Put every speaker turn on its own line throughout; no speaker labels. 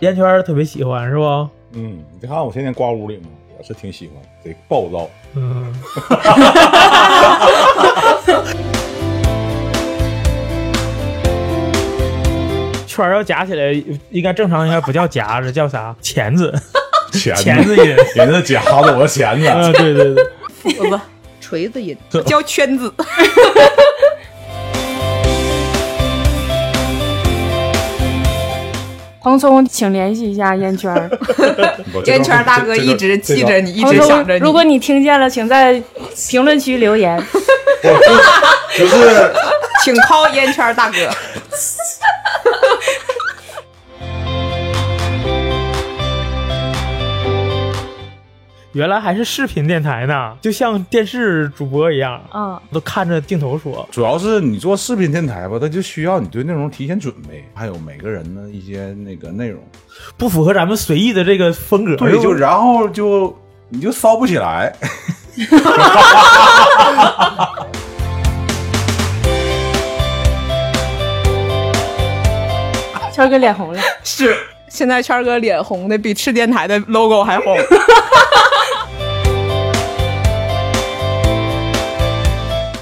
烟圈儿特别喜欢是吧？
嗯，你看我天天挂屋里嘛，也是挺喜欢，贼暴躁。
嗯，圈儿要夹起来，应该正常应该不叫夹子，叫啥？钳子，
钳
钳
子，
子音。
人家夹子，我的钳子。
啊，对对对，
斧子、
锤子音，
叫圈子，
蓬松，请联系一下烟圈儿。
不这
烟
个
圈大哥
这个
一直
这个
记 着你，一
蓬
直
松
想着，
如
你。
果你听见了，请在评论区留 言。
就是
请 call 烟圈大哥。
原来还是视频电台呢，就像电视主播一样，
嗯，
都看着镜头说。
主要是你做视频电台吧，它就需要你对内容提前准备，还有每个人的一些那个内容。
不符合咱们随意的这个风格。
对，就然后就你就骚不起来。
圈儿哥脸红了，
是，现在圈哥脸红的比赤电台的 logo 还红。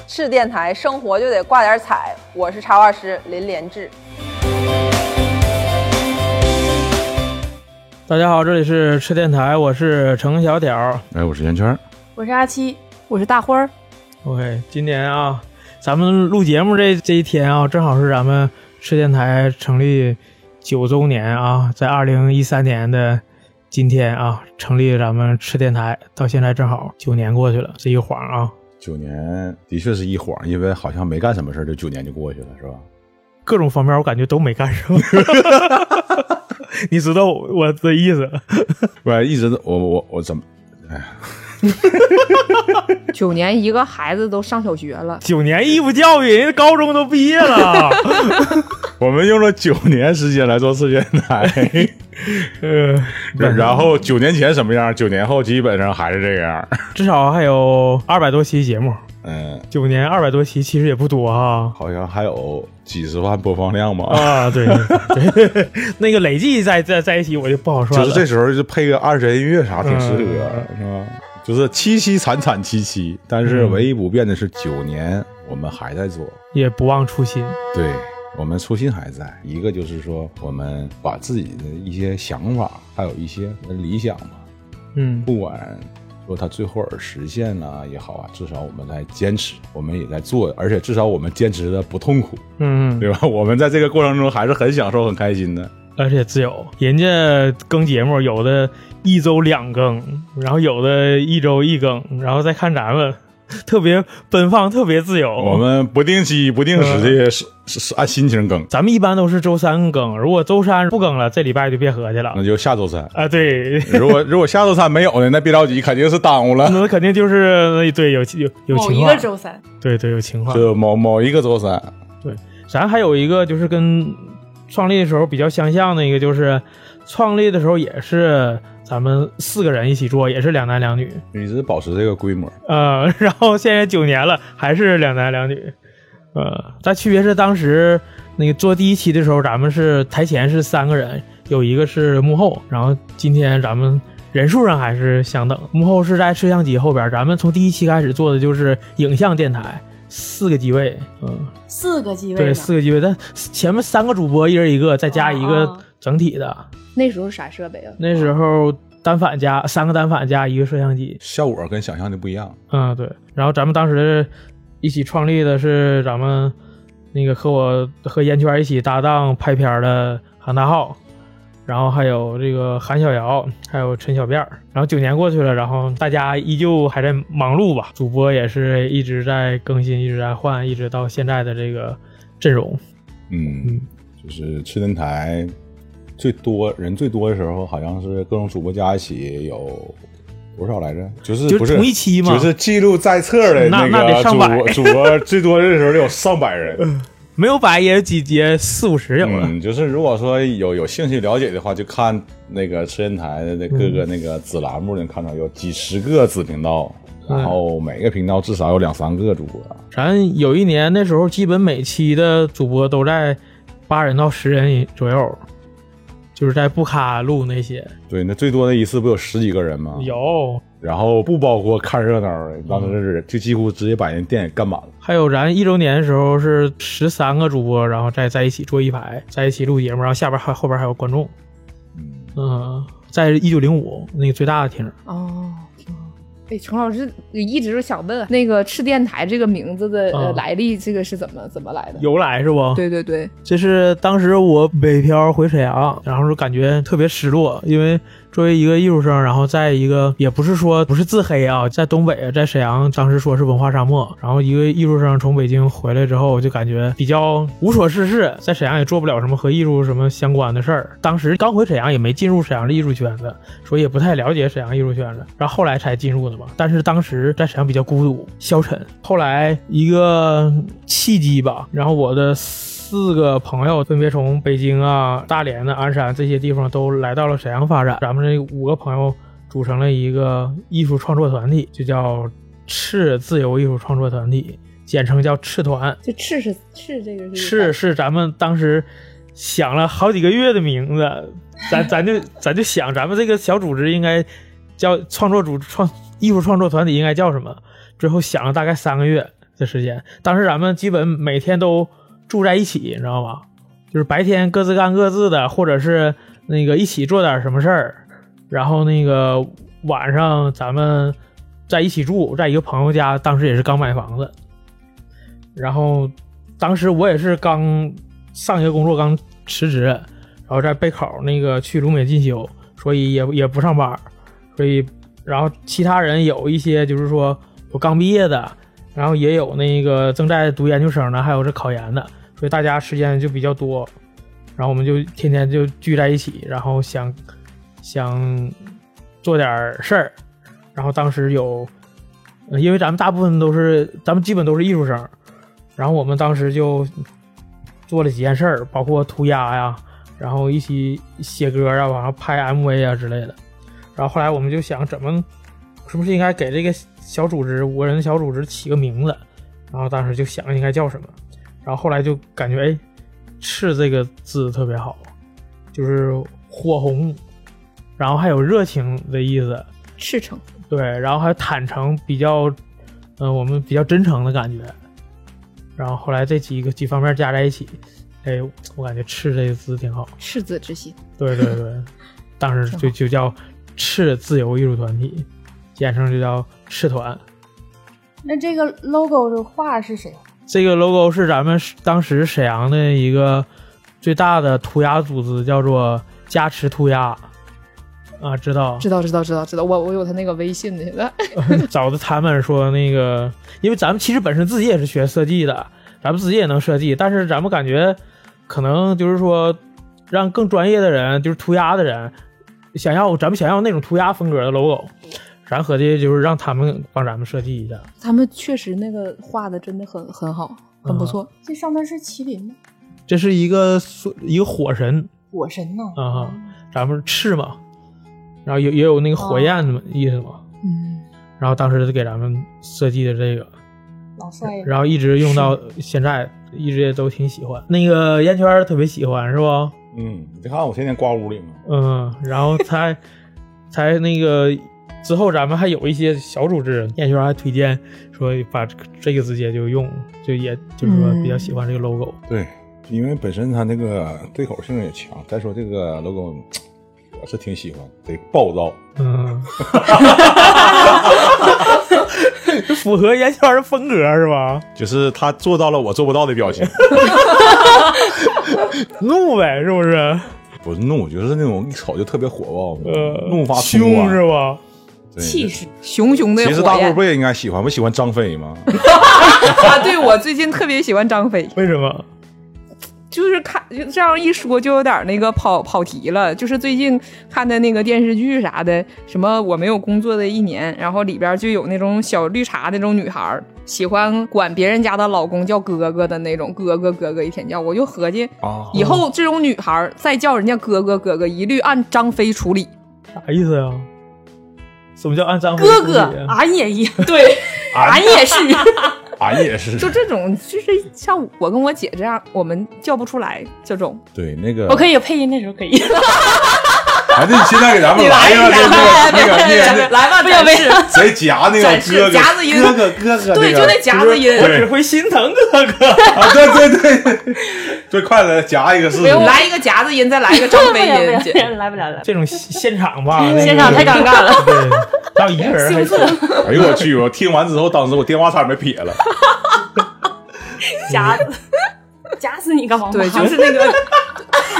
是电台，生活就得挂点彩。我是插画师林连志。
大家好，这里是吃电台，我是程小屌。
哎，我是圆圈，
我是阿七，我是大花儿。
OK，今年啊，咱们录节目这这一天啊，正好是咱们吃电台成立九周年啊，在二零一三年的今天啊，成立咱们吃电台到现在正好九年过去了，这一晃啊。
九年的确是一晃，因为好像没干什么事儿，就九年就过去了，是吧？
各种方面我感觉都没干什么， 你知道我的意思。
不然一直都我我我怎么
九年一个孩子都上小学了，
九年义务教育，人家高中都毕业了。
我们用了九年时间来做四电台，
呃，
然后九年前什么样，九年后基本上还是这 样。
至少还有二百多期节目，
嗯，
九年二百多期其实也不多啊哈、
好像还有几十万播放量吧。
啊。对对对， 那个累计在在在一起我就不好说
就
了。
是这时候就配个二神音乐啥挺适合，是吧？就是凄凄惨惨戚戚，但是
嗯
唯一不变的是九年我们还在做，
也不忘初心，
对我们初心还在。一个就是说，我们把自己的一些想法，还有一些理想吧，
嗯，
不管说它最后儿实现了也好啊，至少我们在坚持，我们也在做，而且至少我们坚持的不痛苦，
嗯，
对吧？我们在这个过程中还是很享受、很开心的。
而且自由，人家更节目有的一周两更，然后有的一周一更，然后再看咱们，特别奔放，特别自由。
我们不定期、不定时
嗯
的，是是是按心情更。
咱们一般都是周三更，如果周三不更了，这礼拜就别合计了
那就下周三。
啊。对，
如果如果下周三没有呢，那别着急，肯定是耽误了。
那肯定就是对有有有
某
情
一
况
个，周三，
对对有情况。
就某某一个周三，
咱还有一个就是跟创立的时候比较相像的一个，就是创立的时候也是咱们四个人一起做，也是两男两女。
一直保持这个规模。
呃， 然后现在九年了，还是两男两女。呃，但区别是当时那个做第一期的时候，咱们是台前是三个人，有一个是幕后，然后今天咱们。人数上还是相等，幕后是在摄像机后边。咱们从第一期开始做的就是影像电台，四个机位，嗯，
四个机位
对，
呢，
四个机位，但前面三个主播一人一个，再加一个
哦
整体的。
那时候啥设备啊？
那时候单反加三个单反加一个摄像机，
效果跟想象的不一样，
嗯，对。然后咱们当时一起创立的是咱们那个和我和烟圈一起搭档拍片儿的韩大浩，然后还有这个韩小瑶，还有陈小辫儿。然后九年过去了，然后大家依旧还在忙碌吧，主播也是一直在更新，一直在换，一直到现在的这个阵容。
嗯
嗯，
就是赤电台最多人最多的时候，好像是各种主播加一起有多少来着？就是
就
不是
同一期嘛
就是记录在册的
那那
个
得
主
上百
播，主播最多的时候有上百人。
没有百也有几节四五十有了。
嗯，就是如果说有有兴趣了解的话，就看那个吃电台的各个那个子栏目，能看到有几十个子频道，
嗯
然后每个频道至少有两三个主播。
咱有一年那时候，基本每期的主播都在八人到十人左右，就是在布卡录那些
对，那最多的一次不有嗯十几个人
啊
吗？。
有，
然后不包括看热闹的，当时是就几乎直接把人店给干满了。
还有咱一周年的时候是十三个主播，然后再在一起坐一排，在一起录节目，然后下边还后边还有观众。
嗯，
嗯，在一九零五那个最大的厅，
哦。哎，程老师一直想问那个赤电台这个名字的、呃
嗯
来历，这个是怎么怎么来的？
由来是不？
对对对，
这是当时我北漂回沈阳，然后就感觉特别失落，因为作为一个艺术生，然后在一个呃也不是说不是自黑啊，在东北，在沈阳，当时说是文化沙漠，然后一个艺术生从北京回来之后，我就感觉比较无所事事，在沈阳也做不了什么和艺术什么相关的事儿。当时刚回沈阳，也没进入沈阳的艺术圈子，所以也不太了解沈阳艺术圈子，然后后来才进入的嘛。但是当时在沈阳比较孤独、消沉。后来一个契机吧，然后我的四个朋友分别从北京啊、大连啊、鞍山这些地方都来到了沈阳发展。咱们这五个朋友组成了一个艺术创作团体，就叫赤自由艺术创作团体，简称叫赤团。
就赤是赤这个
是是咱们当时想了好几个月的名字，咱咱就咱就想咱们这个小组织应该叫创作组创艺术创作团体应该叫什么，最后想了大概三个月的时间。当时咱们基本每天都住在一起，你知道吧？就是白天各自干各自的，或者是那个一起做点什么事儿，然后那个晚上咱们在一起住，在一个朋友家，当时也是刚买房子，然后当时我也是刚上一个工作刚辞职，然后在备考那个去鲁美进修，所以也也不上班儿，所以然后其他人有一些就是说有刚毕业的，然后也有那个正在读研究生的，还有是考研的，所以大家时间就比较多，然后我们就天天就聚在一起，然后想想做点儿事儿，然后当时有。呃因为咱们大部分都是，咱们基本都是艺术生，然后我们当时就做了几件事儿，包括涂鸦呀，然后一起写歌啊，然后拍 MV 啊之类的。然后后来我们就想，怎么是不是应该给这个小组织五个人的小组织起个名字？然后当时就想应该叫什么，然后后来就感觉哎，赤这个字特别好，就是火红，然后还有热情的意思，
赤诚，
对，然后还有坦诚，比较，嗯、我们比较真诚的感觉。然后后来这几个几方面加在一起，哎，我感觉“赤”这个字挺好。
赤子之心。
对对对，当时就就叫“赤自由艺术团体”，简称就叫“赤团
那这个 logo 这画是谁？”。啊
这个 logo 是咱们当时沈阳的一个最大的涂鸦组织，叫做“加持涂鸦”。啊，知道，
知道知道知道知道，我我有他那个 微信的，现在
找的他们说那个，因为咱们其实本身自己也是学设计的，咱们自己也能设计，但是咱们感觉可能就是说，让更专业的人，就是涂鸦的人，想要咱们想要那种涂鸦风格的 logo，咱合计就是让他们帮咱们设计一下。
他们确实那个画的真的很很好，很不错。
这上面是麒麟吗？
这是一个塑一个火神
火神呢？
啊哈，咱们赤嘛，然后也也有那个火焰的意思嘛，
嗯，
然后当时就给咱们设计的这个。
老帅了。
然后一直用到现在，一直也都挺喜欢。那个烟圈儿特别喜欢，是不？
嗯，你看我天天挂屋里嘛，
嗯，然后 才才那个之后，咱们还有一些小组织，烟圈儿还推荐说把这个直接就用，就也就是说比较喜欢这个 logo。
对，因为本身它那个对口性也强，再说这个 logo 我是挺喜欢，得暴躁，
嗯，符合烟圈儿的风格是吧？
就是他做到了我做不到的表情，
怒呗，是不是？
不是怒，就是那种一瞅就特别火爆，
呃，
怒发冲
凶
冠
是吧？
对
气势，
熊熊的
其实
火
大陆
焰
不也应该喜欢，不喜欢张飞 吗？
啊！对我最近特别喜欢张飞，
为什么？
就是看就这样一说就有点那个跑跑题了。就是最近看的那个电视剧啥的，什么我没有工作的一年，然后里边就有那种小绿茶那种女孩儿，喜欢管别人家的老公叫哥哥的那种，哥哥哥哥一天叫，我就合计
啊，
以后这种女孩儿再叫人家哥哥哥哥，一律按张飞处理。
啥意思呀？什么叫按张飞
哥
处
哥
理，
俺也一对，俺也是。
俺也是。
就这种，就是像我跟我姐这样，我们叫不出来这种。
对，那个
我可以有配音的时候 可以，
还得现在给咱们来一个这个那个那个
来吧，
不行不行，
谁夹那个
展示
哥哥
夹子音
哥哥哥哥，
对，就那夹子音。
我只会心疼哥哥。
啊，对对对，最快的夹一个试
没
试
有，。来一个夹子音，再来一个张
不
飞
行
音，
不
姐。
行， 来不了来 不
这种现场吧，
了， 现场太尴尬了。
对，要一个人还行。
哎呦我去！我听完之后，当时我电话差点没撇了。
嗯
夹子，夹死你干嘛？
对，就是那个，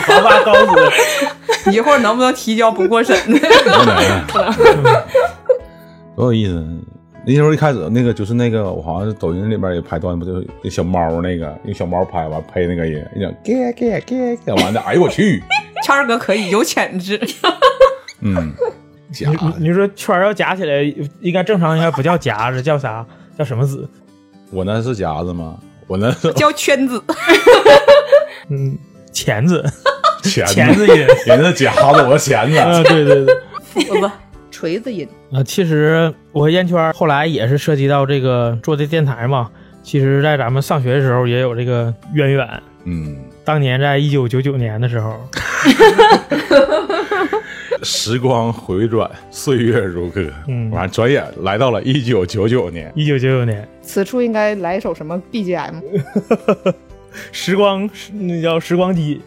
华发高子，
一会儿能不能提交不过审的？
多有意思！那时候一开始那个就是那个，我好像是抖音里边也拍段，不就是那小猫那个用小猫拍完配那个音，一整 get get get get 完的，哎呦我去！
谦儿哥可以有潜质，
嗯，夹
你你你说圈儿要夹起来，应该正常应该不叫夹子，叫啥？叫什么子？
我那是夹子吗？我那是
叫圈子。
嗯，钳子，
钳
钳
子，
子音。
人家是夹子，我是钳子。
啊，对对 对。
锤子音，
啊，其实我和烟圈儿后来也是涉及到这个做这电台嘛。其实，在咱们上学的时候也有这个渊源。
嗯，
当年在一九九九年的时候，
时光回转，岁月如歌，
嗯
完转眼来到了一九九九年。
一九九九年，
此处应该来一首什么 BGM？
时光那叫时光机。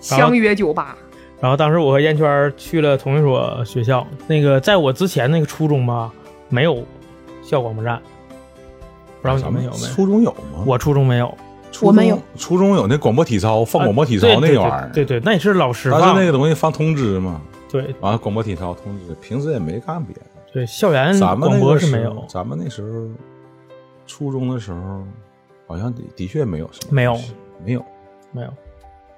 相约酒吧。
然后当时我和烟圈儿去了同一所学校，那个在我之前那个初中吧，没有校广播站，不知道你们有没有？
初中有吗？
我初中没有，
初
我们有
中，初中有那广播体操，放广播体操
啊
那
对
玩意儿。
对对对，那也是老师
当
放
时那
的。
个东西放通知嘛，
对
完了广播体操通知，平时也没干别的。
对，校园
咱们
广
那个
播是
时
没
候
有，
咱们那时候初中的时候，好像的的确没有什么，
没有，
没有。
没有。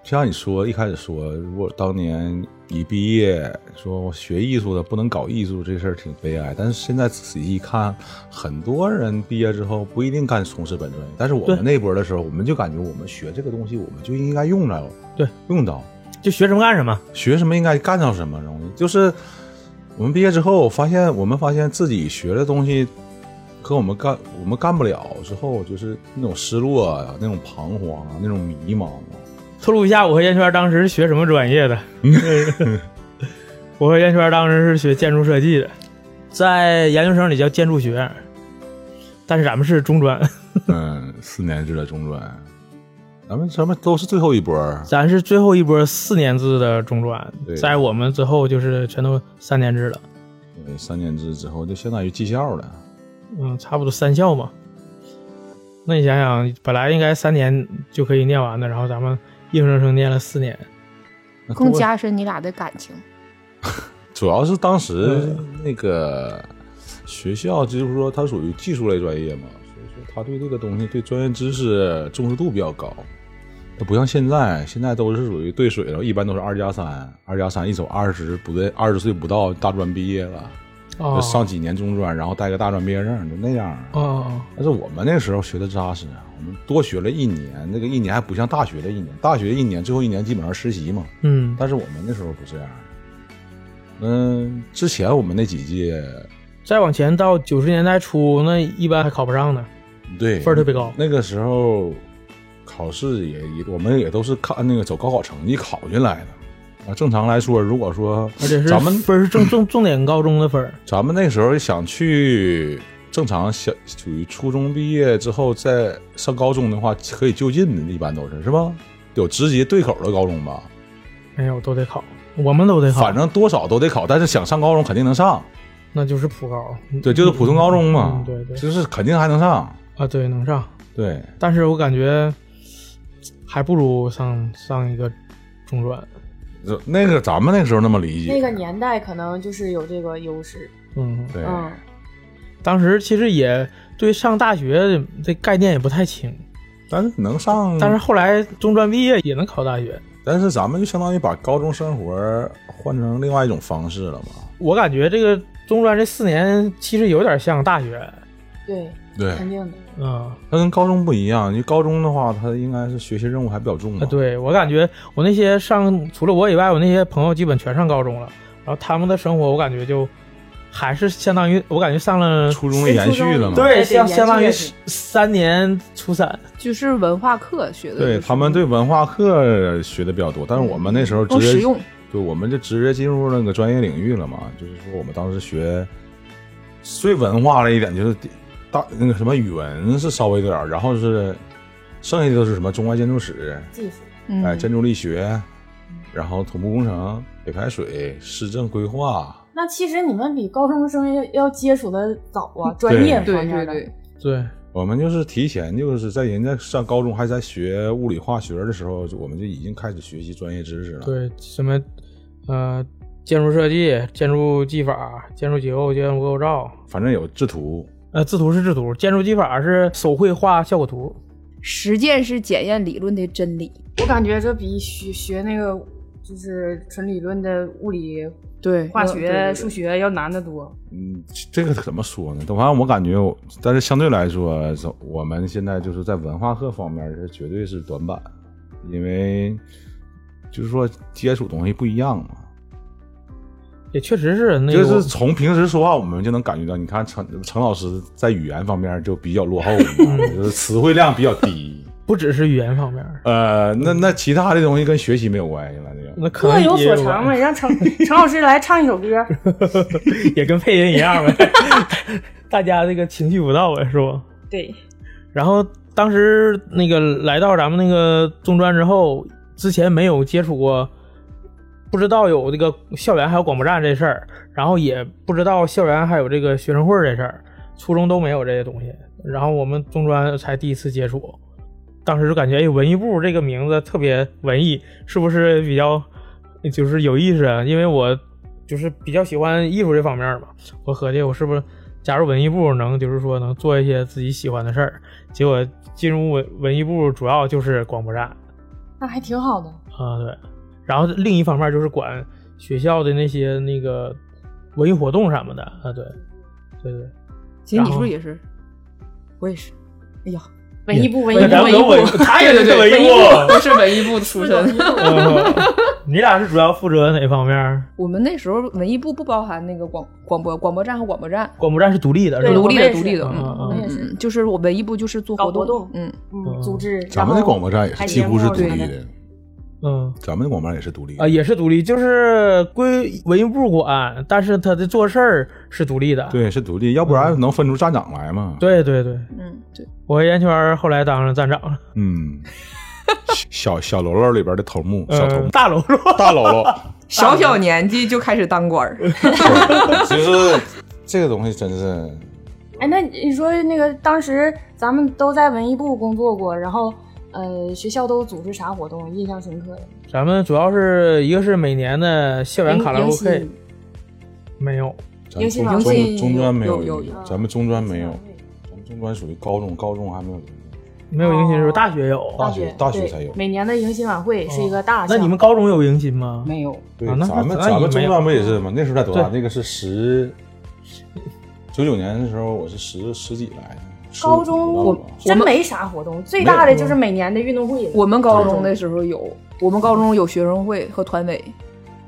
就像你说一开始说，如果当年一毕业说学艺术的不能搞艺术这事儿挺悲哀，但是现在仔细一看，很多人毕业之后不一定干从事本专业，但是我们
对
那波的时候，我们就感觉我们学这个东西，我们就应该用着，
对，
用到。
就学什么干什么。
学什么应该干到什么东西。就是我们毕业之后，发现我们发现自己学的东西和我们干我们干不了之后，就是那种失落啊，那种彷徨啊，那种迷茫啊。
透露一下，我和烟圈当时是学什么专 业的？我和烟圈当时是学建筑设计的，在研究生里叫建筑学，但是咱们是中专，
嗯，四年制的中专，咱们咱们都是最后一波儿。
咱是最后一波四年制的中专
对，
在我们之后就是全都三年制了，
对三年制之后就相当于技校了。
嗯，差不多三校嘛。那你想想，本来应该三年就可以念完的，然后咱们硬生生念了四年，
那
更
多
加深你俩的感情。
主要是当时
嗯
那个学校，就是说它属于技术类专业嘛，所以说他对这个东西对专业知识重视度比较高。它不像现在，现在都是属于兑水了，然后一般都是二加三，二加三一走二十不对，二十岁不到大专毕业了，
哦
就上几年中专，然后带个大专毕业证，就那样。
哦，
但是我们那时候学的扎实啊，我们多学了一年，那个一年还不像大学的一年，大学一年最后一年基本上实习嘛，
嗯，
但是我们那时候不这样。嗯，之前我们那几届，
再往前到九十年代初，那一般还考不上呢。
对
分儿特别高
那个时候考试也也，我们也都是看那个走高考成绩考进来的。啊，正常来说，如果说
而且是
咱们
分儿是重重重点高中的分儿，
咱们那时候想去正常小属于初中毕业之后再上高中的话，可以就近的，一般都是是吧？有直接对口的高中吧，
没有都得考，哎我们都得考，
反正多少都得考，但是想上高中肯定能上，
那就是普高，
对，就是普通高中嘛
嗯，对对
就是肯定还能上，
啊，对能上，
对。
但是我感觉还不如上上一个中专，
这那个咱们那时候那么理解，
那个年代可能就是有这个优势，
嗯，
对，
嗯，
当时其实也对上大学的概念也不太清，
但是能上，
但是后来中专毕业也能考大学，
但是咱们就相当于把高中生活换成另外一种方式了嘛。
我感觉这个中专这四年其实有点像大学，
对，
对
肯定的。
嗯。
它跟高中不一样，因为高中的话，它应该是学习任务还比较重嘛。
啊，，对我感觉我那些上除了我以外，我那些朋友基本全上高中了，然后他们的生活我感觉就还是相当于我感觉上了
初中的延续了嘛。
对，
对
相相当于
延续
是三年初三，
呃就是文化课学的，
对他们对文化课学的比较多，但是我们那时候直
更嗯哦实
接
用。
对，我们就直接进入那个专业领域了嘛。就是说，我们当时学最文化的一点就是大那个什么语文是稍微有点儿，然后是剩下的都是什么中外建筑史，
技术，
嗯
哎，建筑力学，然后土木工程、北排水、市政规划。
那其实你们比高中生要要接触的早啊，专业
对
方
对
面的。
对，
对，
我们就是提前就是在人家上高中还在学物理化学的时候，就我们就已经开始学习专业知识了。
对，什么呃建筑设计、建筑技法、建筑结构、建筑构造，
反正有制图，
呃，制图是制图，建筑技法是手绘画效果图。
实践是检验理论的真理。
我感觉这比学学那个就是纯理论的物理、
呃对，
化
对对
学、
对
数学要难得多。
嗯，这个怎么说呢？反正我感觉我，但是相对来说，我们现在就是在文化课方面是绝对是短板，因为就是说接触东西不一样嘛。
也确实是那
就
个
是从平时说话，我们就能感觉到，你看程程老师在语言方面就比较落后，你知道吗就是词汇量比较 低。
不只是语言方面，
呃，那那其他的东西跟学习没有关系了，那就
那可
各
能
有
也
所长 嘛，
关系，
让程程老师来唱一首歌。
也跟配音一样 呗。大家这个情绪不到呗，啊是不？
对，
然后当时那个来到咱们那个中专之后，之前没有接触过，不知道有这个校园还有广播站这事儿，然后也不知道校园还有这个学生会这事儿，初中都没有这些东西。然后我们中专才第一次接触，当时就感觉哎，文艺部这个名字特别文艺，是不是比较就是有意思啊？因为我就是比较喜欢艺术这方面嘛，我合计我是不是加入文艺部能就是说能做一些自己喜欢的事儿。结果进入文文艺部主要就是广播站
那还挺好的。
啊，对。然后另一方面就是管学校的那些那个文艺活动什么的啊，对，对对。
其实
然
你
后
说也是，我也是。哎呀，
文艺部，文
那
艺
咱
部，
们
文
有
艺
文
部，，
他也是
哎
文
对文
艺
部
部。
都是文艺部出身。
嗯你俩是主要负责哪方面？
我们那时候文艺部不包含那个广广播广播站和广播站，
广播站是独立的，是
对
吧
独立的
我们也
独立的，
是
嗯
嗯
我
嗯
也是
嗯，就是我文艺部就是做
搞
活
活
动
动，
嗯，
嗯，组织。
咱们的广播站也是
还
几乎是独立
联
的，哎
嗯
咱们的广播站也是独立的
啊，也是独立，就是归文艺部管，但是他的做事儿是独立的。
对，是独立，要不然能分出站长来嘛？，
对对对，
嗯，对，
我和烟圈儿后来当上站长了，
嗯，小小喽啰里边的头目，小头
嗯
目，
大喽啰。
大喽啰。
小小年纪就开始当官儿，
其实这个东西真是，
哎，那你说那个当时咱们都在文艺部工作过，然后呃，学校都组织啥活动印象深刻的？
咱们主要是一个是每年的校园卡拉
迎迎
OK，
新
没有，
咱
迎新晚
中
会
中中专没
有有有
咱们中专没有，咱们中专属于高中，高中还没有迎新，
没有迎新的时候，
哦
大学有。啊哦
大学大学
对
才有
每年的迎新晚会是一个大项。
那你们高中有迎新吗？
没有，
对，
啊那
咱们
那咱
咱们
也没
中
有
专不也是吗？那时候才多大？
对
那个是十九九年的时候，我是十十几来的，15
高中
不到吧
真没啥活动，最大的就是每年的运动会了。
我们高中的时候有，我们高中有学生会和团委，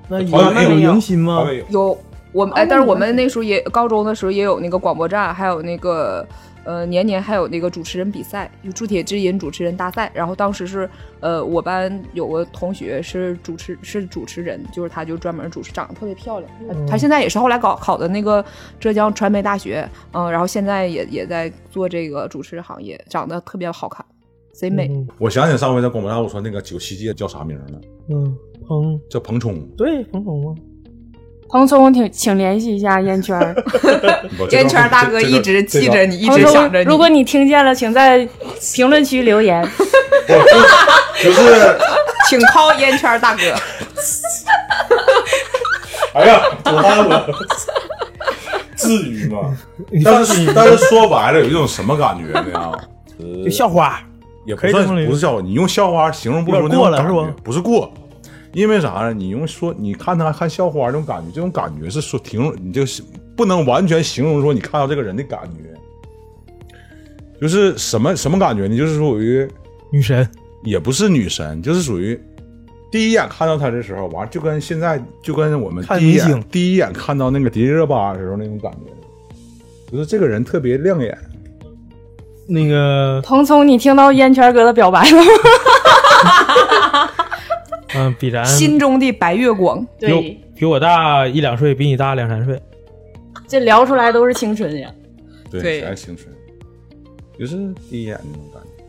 那有
团委
有
有
迎新吗
团？委有
有我们
哦
哎，但是
那你
我
们
们那时候也高中的时候也有那个广播站，还有那个呃年年还有那个主持人比赛，有铸铁之音主持人大赛。然后当时是呃我班有个同学是主持是主持人，就是她就专门主持，长得特别漂亮。她她现在也是后来搞考的那个浙江传媒大学，嗯，然后现在也也在做这个主持行业，长得特别好看，贼美。
嗯
我想起上回在广播站我说那个九七届叫啥名了？
嗯，彭
叫彭冲。
对彭总吗？
彭聪，请请联系一下烟圈儿。
我这
烟圈
段
大哥
这这
一
段
直
这
记
段
着你，一
彭
直
聪
想着，你。
如果你听见了，请在评论区留言。
就是，
请 call 烟 圈大哥。
哎呀，多大了？至于吗？
你放
但是但是说白了，有一种什么感觉呢？ 呃
就校花，
也不
可以
算
这么理解
不是笑话，你用校花形容不出那
有
种
点过
感
了
觉
是吧，
不是过，因为啥呢？你用说你看他看校花这种感觉，这种感觉是说形容你就是不能完全形容说你看到这个人的感觉，就是什么什么感觉呢？就是属于
女神，
也不是女神，就是属于第一眼看到他的时候，完就跟现在就跟我们
看
第一
明星
眼第一眼看到那个迪丽热巴的时候那种感觉，就是这个人特别亮眼。
那个，
彭聪，你听到烟圈哥的表白了吗？
嗯、比咱
心中的白月光，
比我比我大一两岁，比你大两三岁。
这聊出来都是青春呀。
对
全是青春，就是第一眼那种感觉。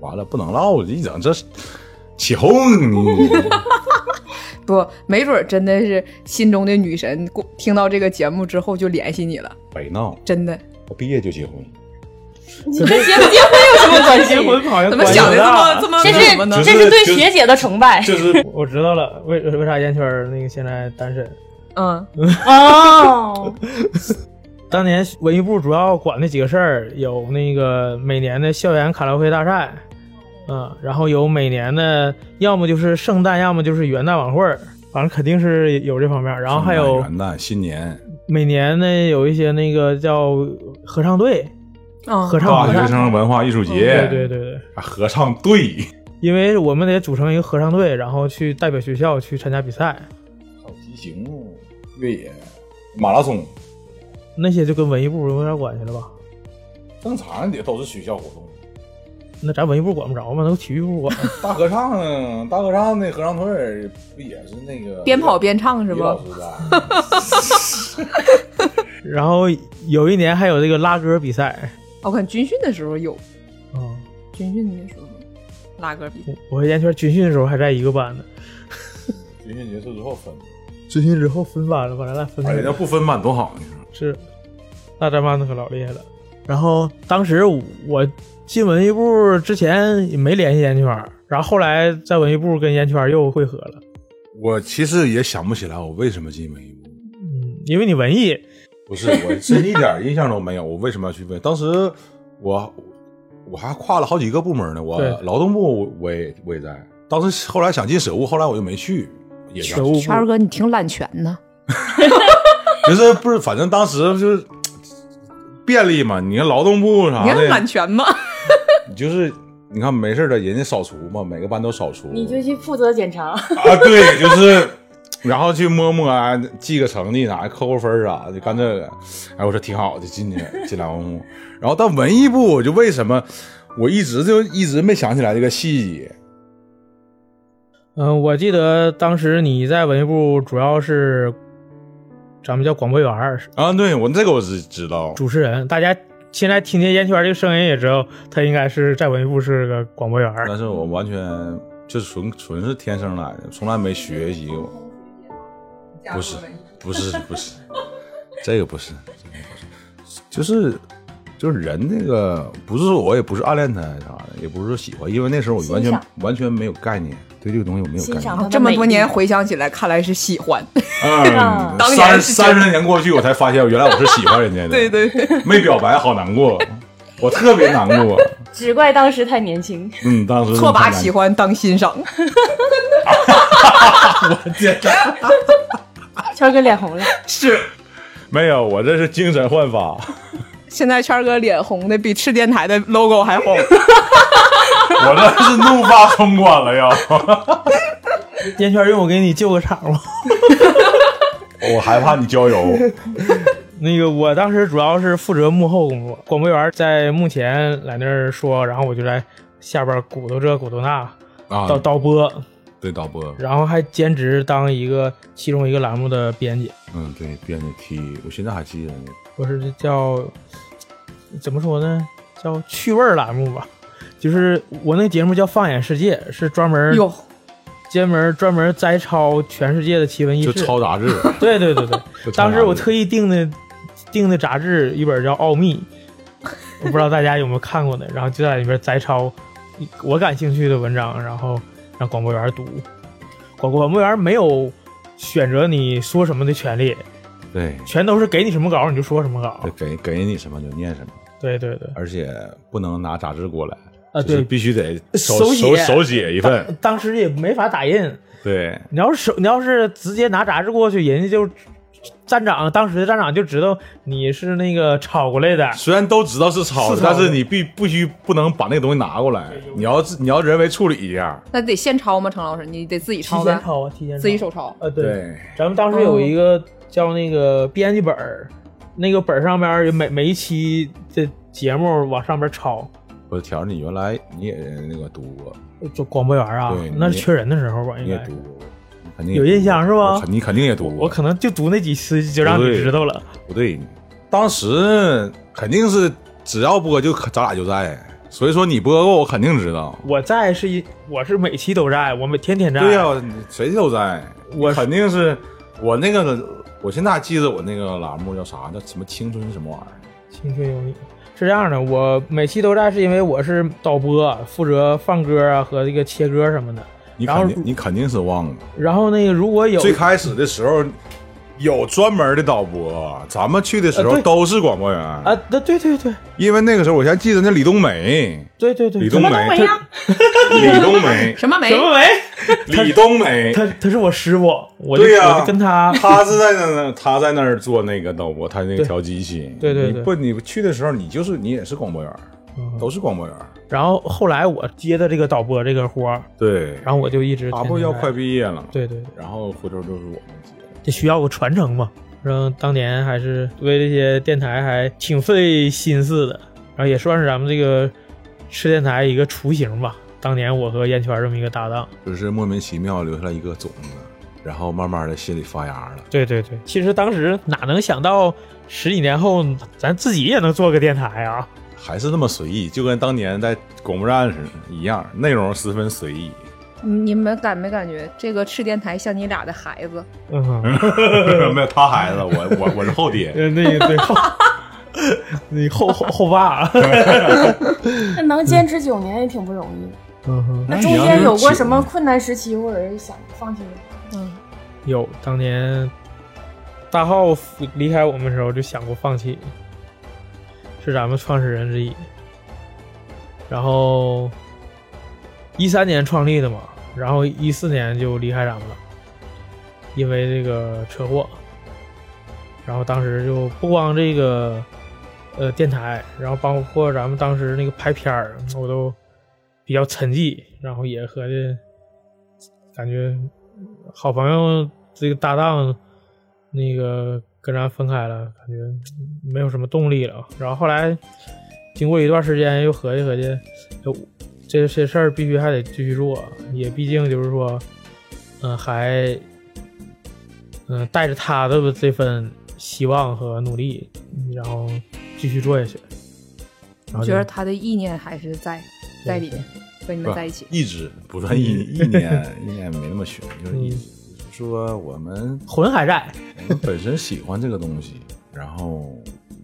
完了，不能唠了，一整这起哄你。
不，没准儿真的是心中的女神，过听到这个节目之后就联系你了，
别闹，
真的。
我毕业就结婚，
你这结不结婚有什么关系？
结婚好像
怎么想的这么这么
这
那什么
是
呢？
这是对学姐的崇拜
就是
我知道了，为为啥烟圈儿那个现在单身？
嗯，
哦。
当年文艺部主要管的几个事儿，有那个每年的校园卡拉 OK 大赛，嗯，然后有每年的，要么就是圣诞，要么就是元旦晚会儿，反正肯定是有这方面儿。然后还有
元旦、新年、
每年呢有一些那个叫合唱队、
嗯
合唱
大
比
学
赛，
生文化艺术节，
对对对对，
还合唱队，
因为我们得组成一个合唱队，然后去代表学校去参加比赛，
还有骑行、越野、马拉松，
那些就跟文艺部有点关系了吧？
正常的都是学校活动。
那咱文艺部管不着吗？那都体育部管。
大合唱呢？大合唱那合唱队儿不也是那个
边跑边唱是
李
吧
老？师的？
然后有一年还有这个拉歌比赛，
我看哦军训的时候有，
嗯，
军训的时候拉歌比赛，
我和烟圈军训的时候还在一个班呢，
军训结束之后分，
军训之后分班了，把咱俩分开
哎，那
了。
不分班多好呢！
是，那咱班的可老厉害了。然后当时我进文艺部之前也没联系烟圈儿，然后后来在文艺部跟烟圈儿又汇合了。
我其实也想不起来我为什么进文艺部，
嗯，因为你文艺，
不是，我真一点印象都没有，我为什么要去问？当时我我还跨了好几个部门呢，我
对
劳动部我也我也在，当时后来想进舍务，后来我就没去，也
学务
圈儿
部
哥你挺揽权呢，
就是不是，反正当时就是便利嘛，你看劳动部啥
你看
的
揽，权吗？
你就是你看没事儿的，人家扫除嘛，每个班都扫除，
你就去负责检查，
啊，对，就是，然后去摸摸啊，记个成绩啥，扣扣分儿啊，就干这个。哎，我说挺好的，进去进劳动部。然后到文艺部，我就为什么我一直就一直没想起来这个细节。
嗯，我记得当时你在文艺部主要是咱们叫广播员儿，
啊，对我这个我知知道，
主持人。大家现在听见烟圈儿这个声音也知道，他应该是在文艺部是个广播员儿。
但是我完全就是纯纯是天生来的，从来没学习过。不是，不是，不是，这个不是，这个不是，就是就是人那个，不是说我也不是暗恋他啥的，也不是说喜欢，因为那时候我完全
欣赏
完全没有概念，对这个东西我没有
欣
概念
赏。他
哦
的
这么
美
多年
丽
回想起来，看来是喜欢。
嗯，
当年
三
是
三十年过去，我才发现原来我是喜欢人家的。
对，对对，
没表白好难过，我特别难 过。
只怪当时太年轻。
嗯，当时
错把
太难
喜欢当欣赏。
圈哥脸红了，
是，
没有，我这是精神焕 发。
现在圈儿哥脸红的比赤电台的 logo 还 红。
我这是怒发冲冠了要，
烟圈儿用我给你救个场吗？
我害怕你郊游。
那个，我当时主要是负责幕后工作，广播员在幕前来那儿说，然后我就在下边鼓捣这鼓捣那，
啊
导导播，
对导播，
然后还兼职当一个其中一个栏目的编辑，
嗯，对，编辑 T，我现在还记得呢。
我是叫怎么说呢，叫趣味儿栏目吧，就是我那个节目叫《放眼世界》，是专门
哟，
专门专门摘抄全世界的奇闻异
就
事，
抄 杂志。
对对对对，
就抄
当时我
杂志
特意订的订的杂志一本叫《奥秘》，我不知道大家有没有看过呢。然后就在里边摘抄我感兴趣的文章，然后让广播员读。广广播员没有选择你说什么的权利，
对，
全都是给你什么稿你就说什么稿
就。给给你什么就念什么，
对对对，
而且不能拿杂志过来
啊
就是
对
必须得
手
手
写
手手写一份。
当时也没法打印。
对，
你要是手，你要是直接拿杂志过去，人家就站长当时的站长就知道你是那个抄过来的，
虽然都知道是抄的
是，抄的
但是你必必须不能把那个东西拿过来，你要自你要人为处理一下。
那得现抄吗？程老师，你得自己
提
抄
前
呗，
抄啊，提前抄
自己手抄。
呃对。
对，
咱们当时有一个叫那个编辑本儿，那个本儿上面儿有每每一期的节目往上边儿抄，
我条你原来你也那个读过，
就广播员啊
对，
那
你
是缺人的时候吧，
你
应
也
该
读过，肯定
有印象是吧
我肯你肯定也读过，
我可能就读那几期就让你
对
知道了，
不对，当时肯定是只要播就咱俩就在，所以说你播过我肯定知道。
我在是一我是每期都在，我每天天在，
对呀、你谁都在，
啊我
肯定是我那个，我现在还记得我那个栏目叫啥，叫什么青春什么玩意儿，
青春有你。是这样的，我每期都在，是因为我是导播，负责放歌啊和这个切歌什么的。
你
然后
肯定你肯定是忘了。
然后那个如果有
最开始的时候有专门的导播，咱们去的时
呃
候
对
都是广播员，
啊，对对对对
因为那个时候我还记得那李冬梅，
对对对，
李冬梅，李冬梅，
什么没
什？么梅？
李冬 梅，
他他是我师傅，我就、
对呀
我就跟他
他是在那呢，他在那儿做那个导播，他那个
对
调机器。
对对
你
对
不，你去的时候，你就是你也是广播员儿，都是广播员儿。
然后后来我接的这个导播这个活儿，
对，
然后我就一直
他
天天
不要
在
快毕业了，，
对对对，
然后回头就是我们接了。
这需要个传承嘛。然后当年还是为这些电台还挺费心思的，然后也算是咱们这个吃电台一个雏形吧。当年我和烟圈这么一个搭档，
就是莫名其妙留下来一个种子，然后慢慢的心里发芽了。
对对对，其实当时哪能想到十几年后咱自己也能做个电台啊？
还是那么随意，就跟当年在广播站似的一样，内容十分随意。
你们感没感觉这个赤电台像你俩的孩子？
嗯 哼，
没有他孩子，我我我是后 爹，
呃那个对后，你后后后爸啊，
那能坚持九年也挺不容易。
嗯哼。
那中间有过什么困难时期，或者是想放弃吗？
有，当年大浩离开我们的时候就想过放弃，是咱们创始人之一。然后一三年创立的嘛，然后一四年就离开咱们了，因为这个车祸。然后当时就不光这个呃电台，然后包括咱们当时那个拍片儿，我都比较沉寂，然后也合计感觉好朋友这个搭档，那个跟咱分开了，感觉没有什么动力了。然后后来经过一段时间，又合计合计，呃这些事儿必须还得继续做，也毕竟就是说，嗯、还嗯、带着他的这份希望和努力，然后继续做下去。然
我
后
觉
就
得他的意念还是在在里面，和你们在一起。
一直不算一一年，一年没那么悬，就是一直。
嗯
就是说我们
魂还在，
我们本身喜欢这个东西，然后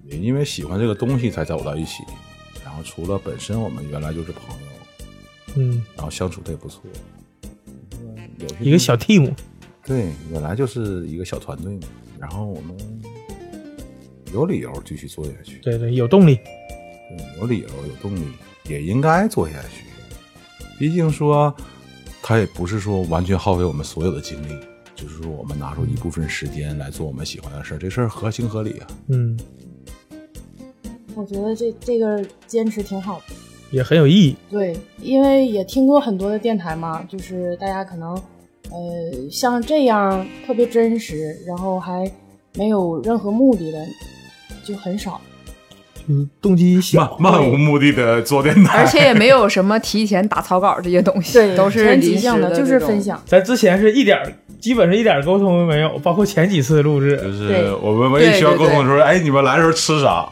也因为喜欢这个东西才走到一起。然后除了本身我们原来就是朋友，
嗯，
然后相处的也不错。有些
一个小 team，
对，本来就是一个小团队嘛。然后我们有理由继续做下去，
对对，有动力。
对有理由有动力，也应该做下去。毕竟说，他也不是说完全耗费我们所有的精力，就是说我们拿出一部分时间来做我们喜欢的事儿，这事儿合情合理啊。
嗯，
我觉得这这个坚持挺好的。
也很有意义。
对，因为也听过很多的电台嘛，就是大家可能，呃，像这样特别真实，然后还没有任何目的的，就很少。
嗯，动机小，
漫无目的的做电 台，
而且也没有什么提前打草稿这些东西， 都是
全
临
即
时
兴的，就
这
是
种
分。享。
咱之前是一点儿，基本上一点儿沟通都没有，包括前几次录制，
就是
对
我们唯一需要
对对
沟通的时候，哎，你们来的时候吃 啥？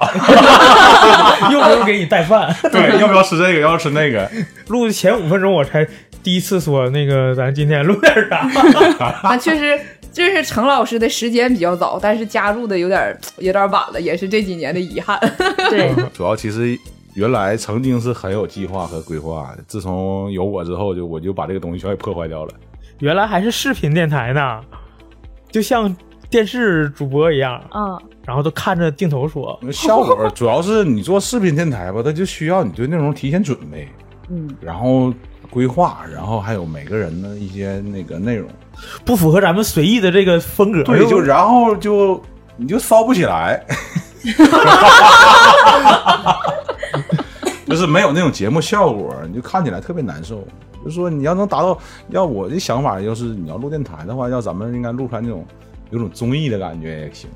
又没有给你带饭。
对，要不要吃这个？要不要吃那个？
录的前五分钟我才第一次说那个，咱今天录点啥？
啊，确实，这是程老师的时间比较早，但是加入的有点有点晚了，也是这几年的遗憾。
对，
主要其实原来曾经是很有计划和规划的，自从有我之后，就我就把这个东西全给破坏掉了。
原来还是视频电台呢，就像电视主播一样，
嗯，
然后都看着镜头说。
效 果主要是你做视频电台吧，它就需要你对内容提前准备，
嗯，
然后规划，然后还有每个人的一些那个内容。
不符合咱们随意的这个风格。哎
对，就然后就你就骚不起来， 就是没有那种节目效果，你就看起来特别难受。就说你要能达到，要我的想法，要是你要录电台的话，要咱们应该录出来那种有种综艺的感觉也行。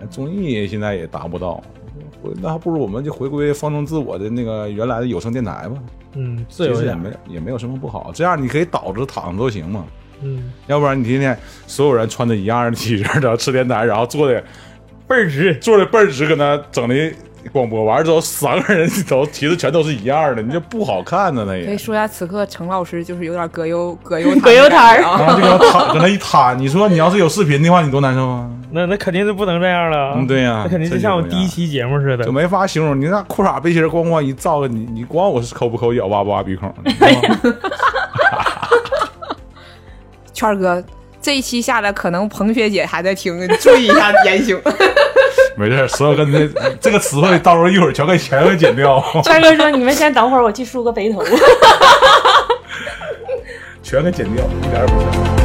哎综艺现在也达不到，我那还不如我们就回归放纵自我的那个原来的有声电台吧。
嗯，自
其
由一
实也
点
没。也没有什么不好，这样你可以倒着躺着都行嘛。
嗯，
要不然你天天所有人穿着一样的 T 恤，然后吃电台，然后坐的
倍儿直。
坐的倍儿直，搁那整的广播，完了之后三个人头其实全都是一样的，你这不好看呢，那
可以
也。
说一下，此刻程老师就是有点葛优葛优
葛优
瘫
瘫
的
儿
感觉
然后就搁
啊。
那躺，搁那一摊，你说你要是有视频的话，你多难受啊！
那那肯定是不能这样了。
嗯对呀
那肯定就像我第一期节目似的
就。没法形容，你那裤衩背心儿咣咣一照，你你光我是抠不抠脚，挖不挖鼻孔，你 知道吗
圈儿哥，这一期下来，可能彭学姐还在听，注意一下言行。
没事儿，所有跟那这个词汇，到时候一会儿全给全给剪掉，
川哥说：“你们先等会儿，我去梳个背头。”
全给剪掉，一点儿也不剩。